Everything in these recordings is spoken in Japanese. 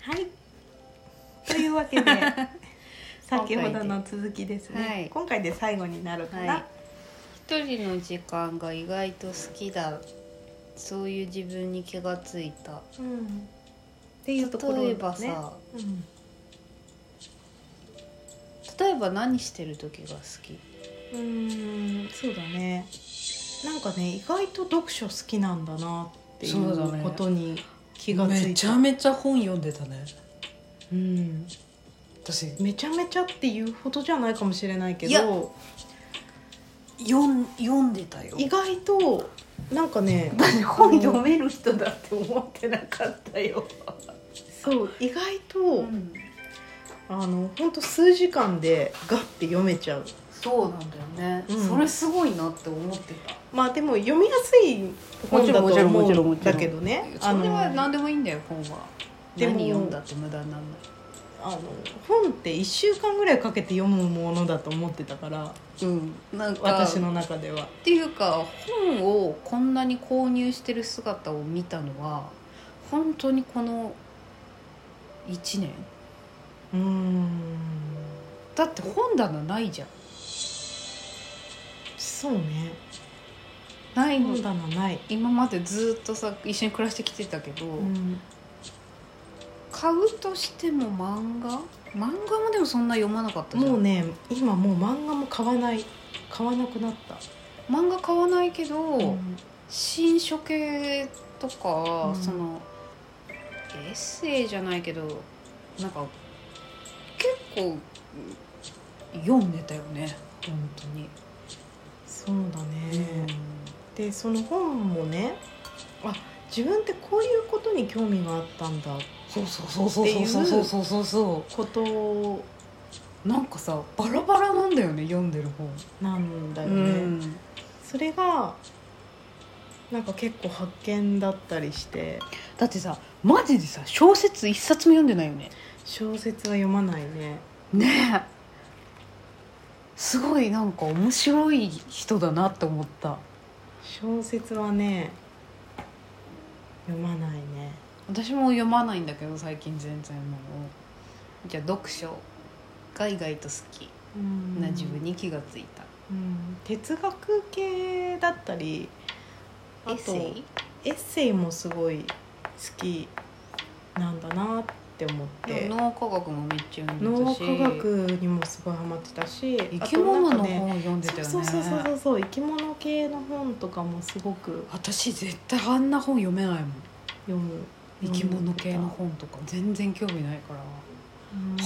はい。というわ けで、先ほどの続きですね。はい今回で最後になるかな。はい一人の時間が意外と好きだそういう自分に気がついたうん。っていうところ例えね。ばさうん。例えば何してる時が好きうーんそうだねなんかね意外と読書好きなんだなっていそうだねうことに気がついためちゃめちゃ本読んでたねうん、私めちゃめちゃっていうほどじゃないかもしれないけいやど読ん読んでたよ意外となんか ね本読める人だって思ってなかったよ、そう意外と、ん、あのほんと数時間でガッて読めちゃうそうなんだよね、うんそれすごいなって思ってたまあでも読みやすい本だともちろんもちろんもちろ思んうもんちろだんけどねあそれのは何でもいいんだよ本はでも何読んだって無駄にならないあの本って1週間ぐらいかけて読むものだと思ってたからうん、なんか私の中では。っていうか本をこんなに購入してる姿を見たのは本当にこの1年うーんだって本棚ないじゃんそうねないの、本棚ない、今までずっとさ一緒に暮らしてきてたけど、うん買うとしても漫画漫画もでもそんな読まなかったじゃんもうね今もう漫画も買わない買わなくなった、漫画買わないけど、うん新書系とか、うんそのエッセイじゃないけどなんか結構うん読んでたよね本当に、そうだね、でその本もねあ自分ってこういうことに興味があったんだそうそうそうそうそうそうそうそうそことをなんかさバラバラなんだよね読んでる本、なんだようね、ん、それがなんか結構発見だったりしてだってさマジでさ小説一冊も読んでないよね小説は読まないねねえすごいなんか面白い人だなって思った小説はね読まないね私も読まないんだけど最近全然もうじゃあ読書が意外と好きうんな自分に気がついた、うん、哲学系だったりあエッとセイエッセイもすごい好きなんだなって思ってでも脳科学もめっちゃ読んで脳たし科学にもすごいハマってたし生き物あのとなんかね本読んでたよねそうそうそうそうそう生き物系の本とかもすごく私絶対あんな本読めないもん読む生き物系の本とか全然興味ないから、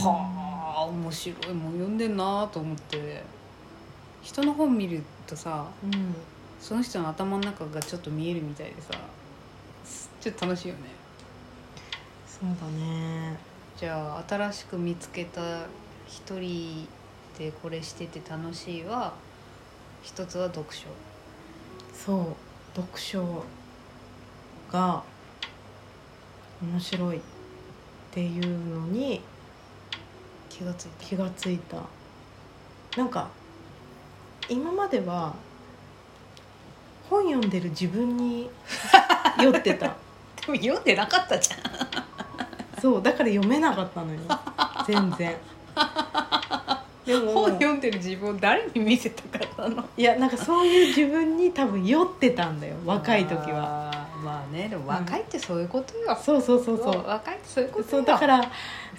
ははあ面白いもん読んでんなと思って人の本見るとさうんうんその人の頭の中がちょっと見えるみたいでさすちょっと楽しいよねそうだねじゃあ新しく見つけた一人でこれしてて楽しいは一つは読 書そう読書が面白いっていうのに気がついた気がついたなんか今までは本読んでる自分に酔って たでも読んでなかったじゃんそうだから読めなかったのよ全 然でも本読んでる自分を誰に見せたかったのいやなんかそういう自分に多分酔ってたんだよ若い時ははまあねでも若いってそういうことよ、そうそうそうそそうう若いってそういうことよそうだから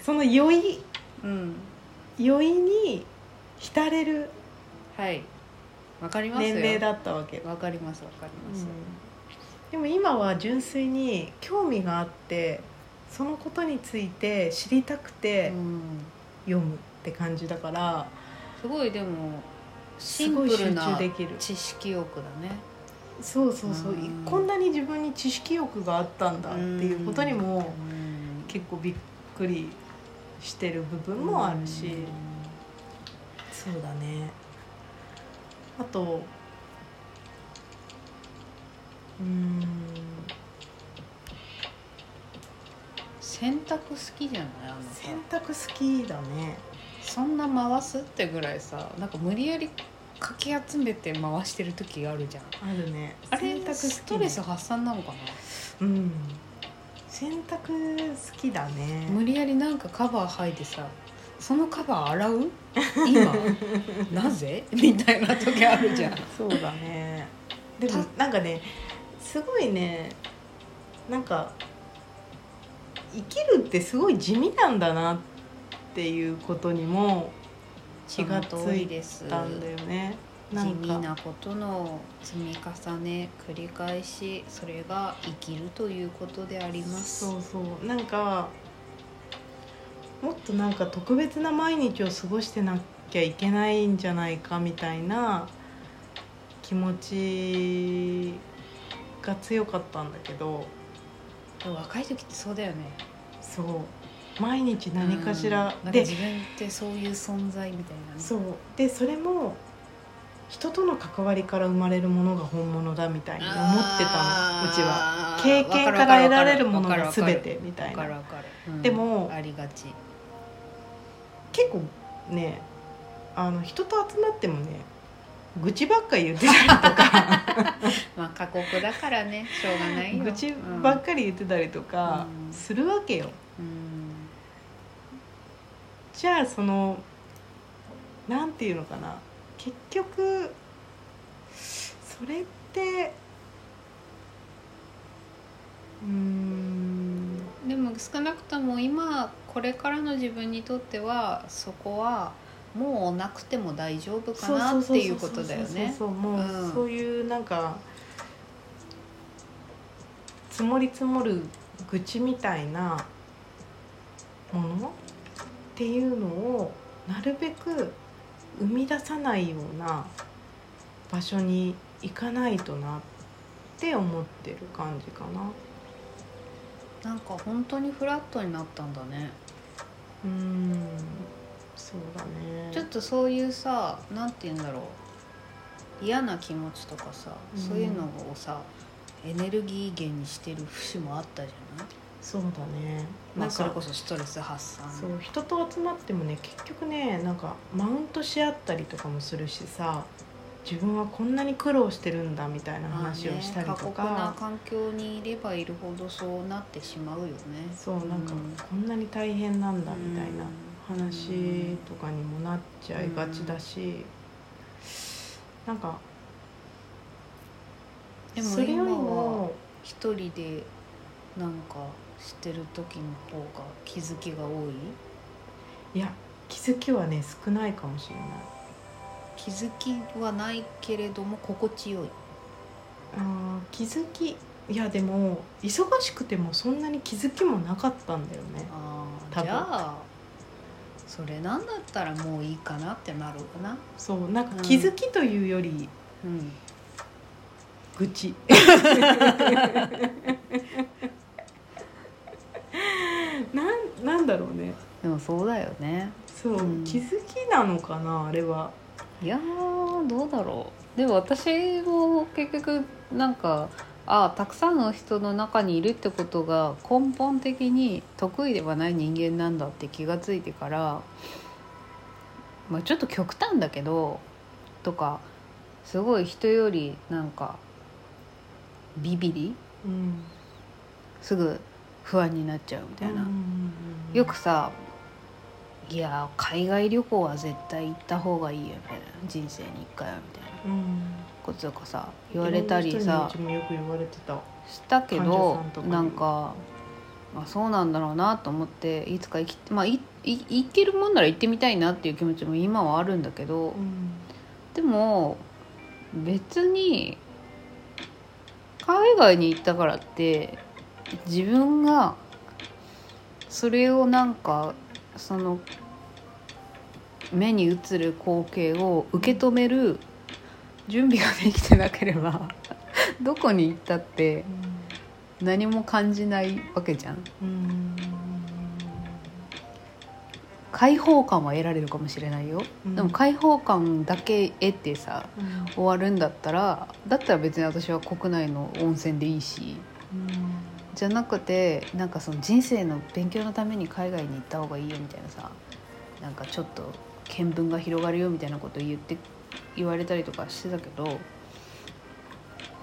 その酔いうん酔いに浸れるはいわかりますよ年齢だったわけわかりますわかります、でも今は純粋に興味があってそのことについて知りたくてうん読むって感じだからすごいでもシすンごいプ集ル中なできる知識欲だねそうそうそううんこんなに自分に知識欲があったんだっていうことにもうん結構びっくりしてる部分もあるしそうだねあとうーん洗濯好きじゃないあのさ洗濯好きだねそんな回すってぐらいさなんか無理やりかき集めて回してる時あるじゃんあるねあれ洗濯好きねストレス発散なのかなうん洗濯好きだね無理やりなんかカバー履いてさそのカバー洗う今 なぜみたいな時あるじゃんそうだ ねでもなんかねすごいねなんか生きるってすごい地味なんだなっていうことにも気がつその通りいですたんだよねな地ん味かなことの積み重ね繰り返しそれが生きるということでありますそうそうなんかもっとなんか特別な毎日を過ごしてなきゃいけないんじゃないかみたいな気持ちが強かったんだけどでも若い時ってそうだよねそう毎日何かしら、うんなんかで自分ってそういう存在みたいなねそうでそれも人との関わりから生まれるものが本物だみたいに思ってたのうちはあー経験から得られるものわかがわかわか全るてみたわいかるなわかる、うんでもありがち結構ねあの人と集まってもね愚痴ばっかり言ってたりとかまあ過酷だからねしょうが ないよ愚痴ばっかり言ってたりとかうんするわけよ、うんじゃあそのなんていうのかな結局それってうーんうんでも少なくとも今これからの自分にとってはそこはもうなくても大丈夫かなっていうことだよそうねそうそうそうもう、うんそういうなんか積もり積もる愚痴みたいなものっていうのをなるべく生み出さないような場所に行かないとなって思ってる感じかな。なんか本当にフラットになったんだねうーんそうだねちょっとそういうさなんて言うんだろう嫌な気持ちとかさ、うんそういうのをさエネルギー源にしてる節もあったじゃない、そうだねなまんかあ、それこそストレス発散そう人と集まってもね結局ねなんかマウントし合ったりとかもするしさ自分はこんなに苦労してるんだみたいな話をしたりとまあね過か酷な環境にいればいるほどそうなってしまうよねそうなんかうんこんなに大変なんだみたいなうん話とかにもなっちゃいがちだしなんかでそれよりも今はも一人でなんかしてる時の方が気づきが多いいや気づきはね少ないかもしれない気づきはないけれども心地よいあー気づきいやでも忙しくてもそんなに気づきもなかったんだよねあ多ー分じゃあそれなんだったらもういいかなってなるかなそうなんか気づきというよりうん愚 痴なんなんだろうねでもそうだよねそう、うん気づきなのかなあれはいやーどうだろうでも私も結局なんかああたくさんの人の中にいるってことが根本的に得意ではない人間なんだって気がついてから、まあ、ちょっと極端だけどとかすごい人よりなんかビビりうんすぐ不安になっちゃうみたいな。うんよくさ「いやー海外旅行は絶対行った方がいいよね人生に一回は」みたいなうんこととかさ言われたりいろんなさ人にうちもよく言われてたしたけ患者どさんとかになんか、まあ、そうなんだろうなと思っていつか行き、まあ、いい行けるもんなら行ってみたいなっていう気持ちも今はあるんだけど、んでも別に海外に行ったからって自分がそれをなんかその目に映る光景を受け止める準備ができてなければ どこに行ったって何も感じないわけじゃんうん開放感は得られるかもしれないよ、うんでも開放感だけ得てさうん終わるんだったらだったら別に私は国内の温泉でいいしじゃなくてなんかその人生の勉強のために海外に行った方がいいよみたいなさなんかちょっと見聞が広がるよみたいなこと言って言われたりとかしてたけど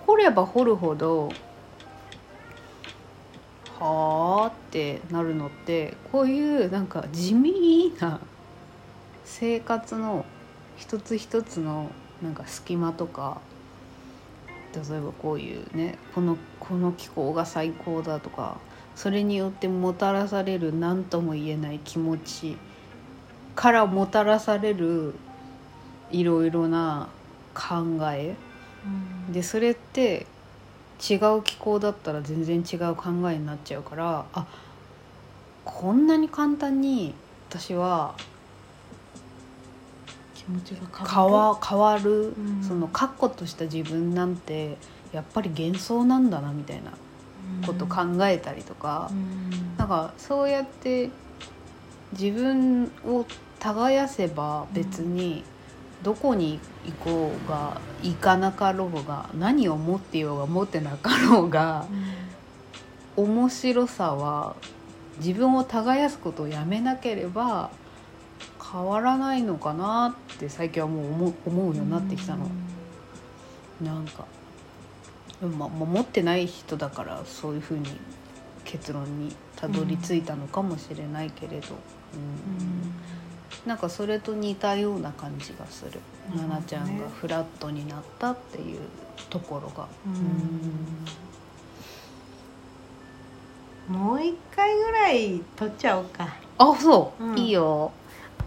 掘れば掘るほどはあってなるのってこういうなんか地味な生活の一つ一つのなんか隙間とか例えばこういうねこのこの気候が最高だとかそれによってもたらされる何とも言えない気持ちからもたらされるいろいろな考えうんでそれって違う気候だったら全然違う考えになっちゃうからあこんなに簡単に私は気持ちが変わ変わる、うんその確固とした自分なんてやっぱり幻想なんだなみたいなこと考えたりとか、うんなんかそうやって自分を耕せば別にどこに行こうが行かなかろうが何を持っていようが持ってなかろうが面白さは自分を耕すことをやめなければ変わらないのかなって最近はもう思う思うようになってきたの。なんか、まあ、まあ持ってない人だからそういうふうに結論にたどり着いたのかもしれないけれど、うんうんなんかそれと似たような感じがするうん奈々、ちゃんがねフラットになったっていうところが。うんうんもう一回ぐらい撮っちゃおうかあそう、うんいいよ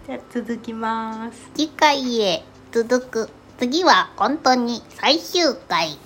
じゃあ続きます次回へ続く次は本当に最終回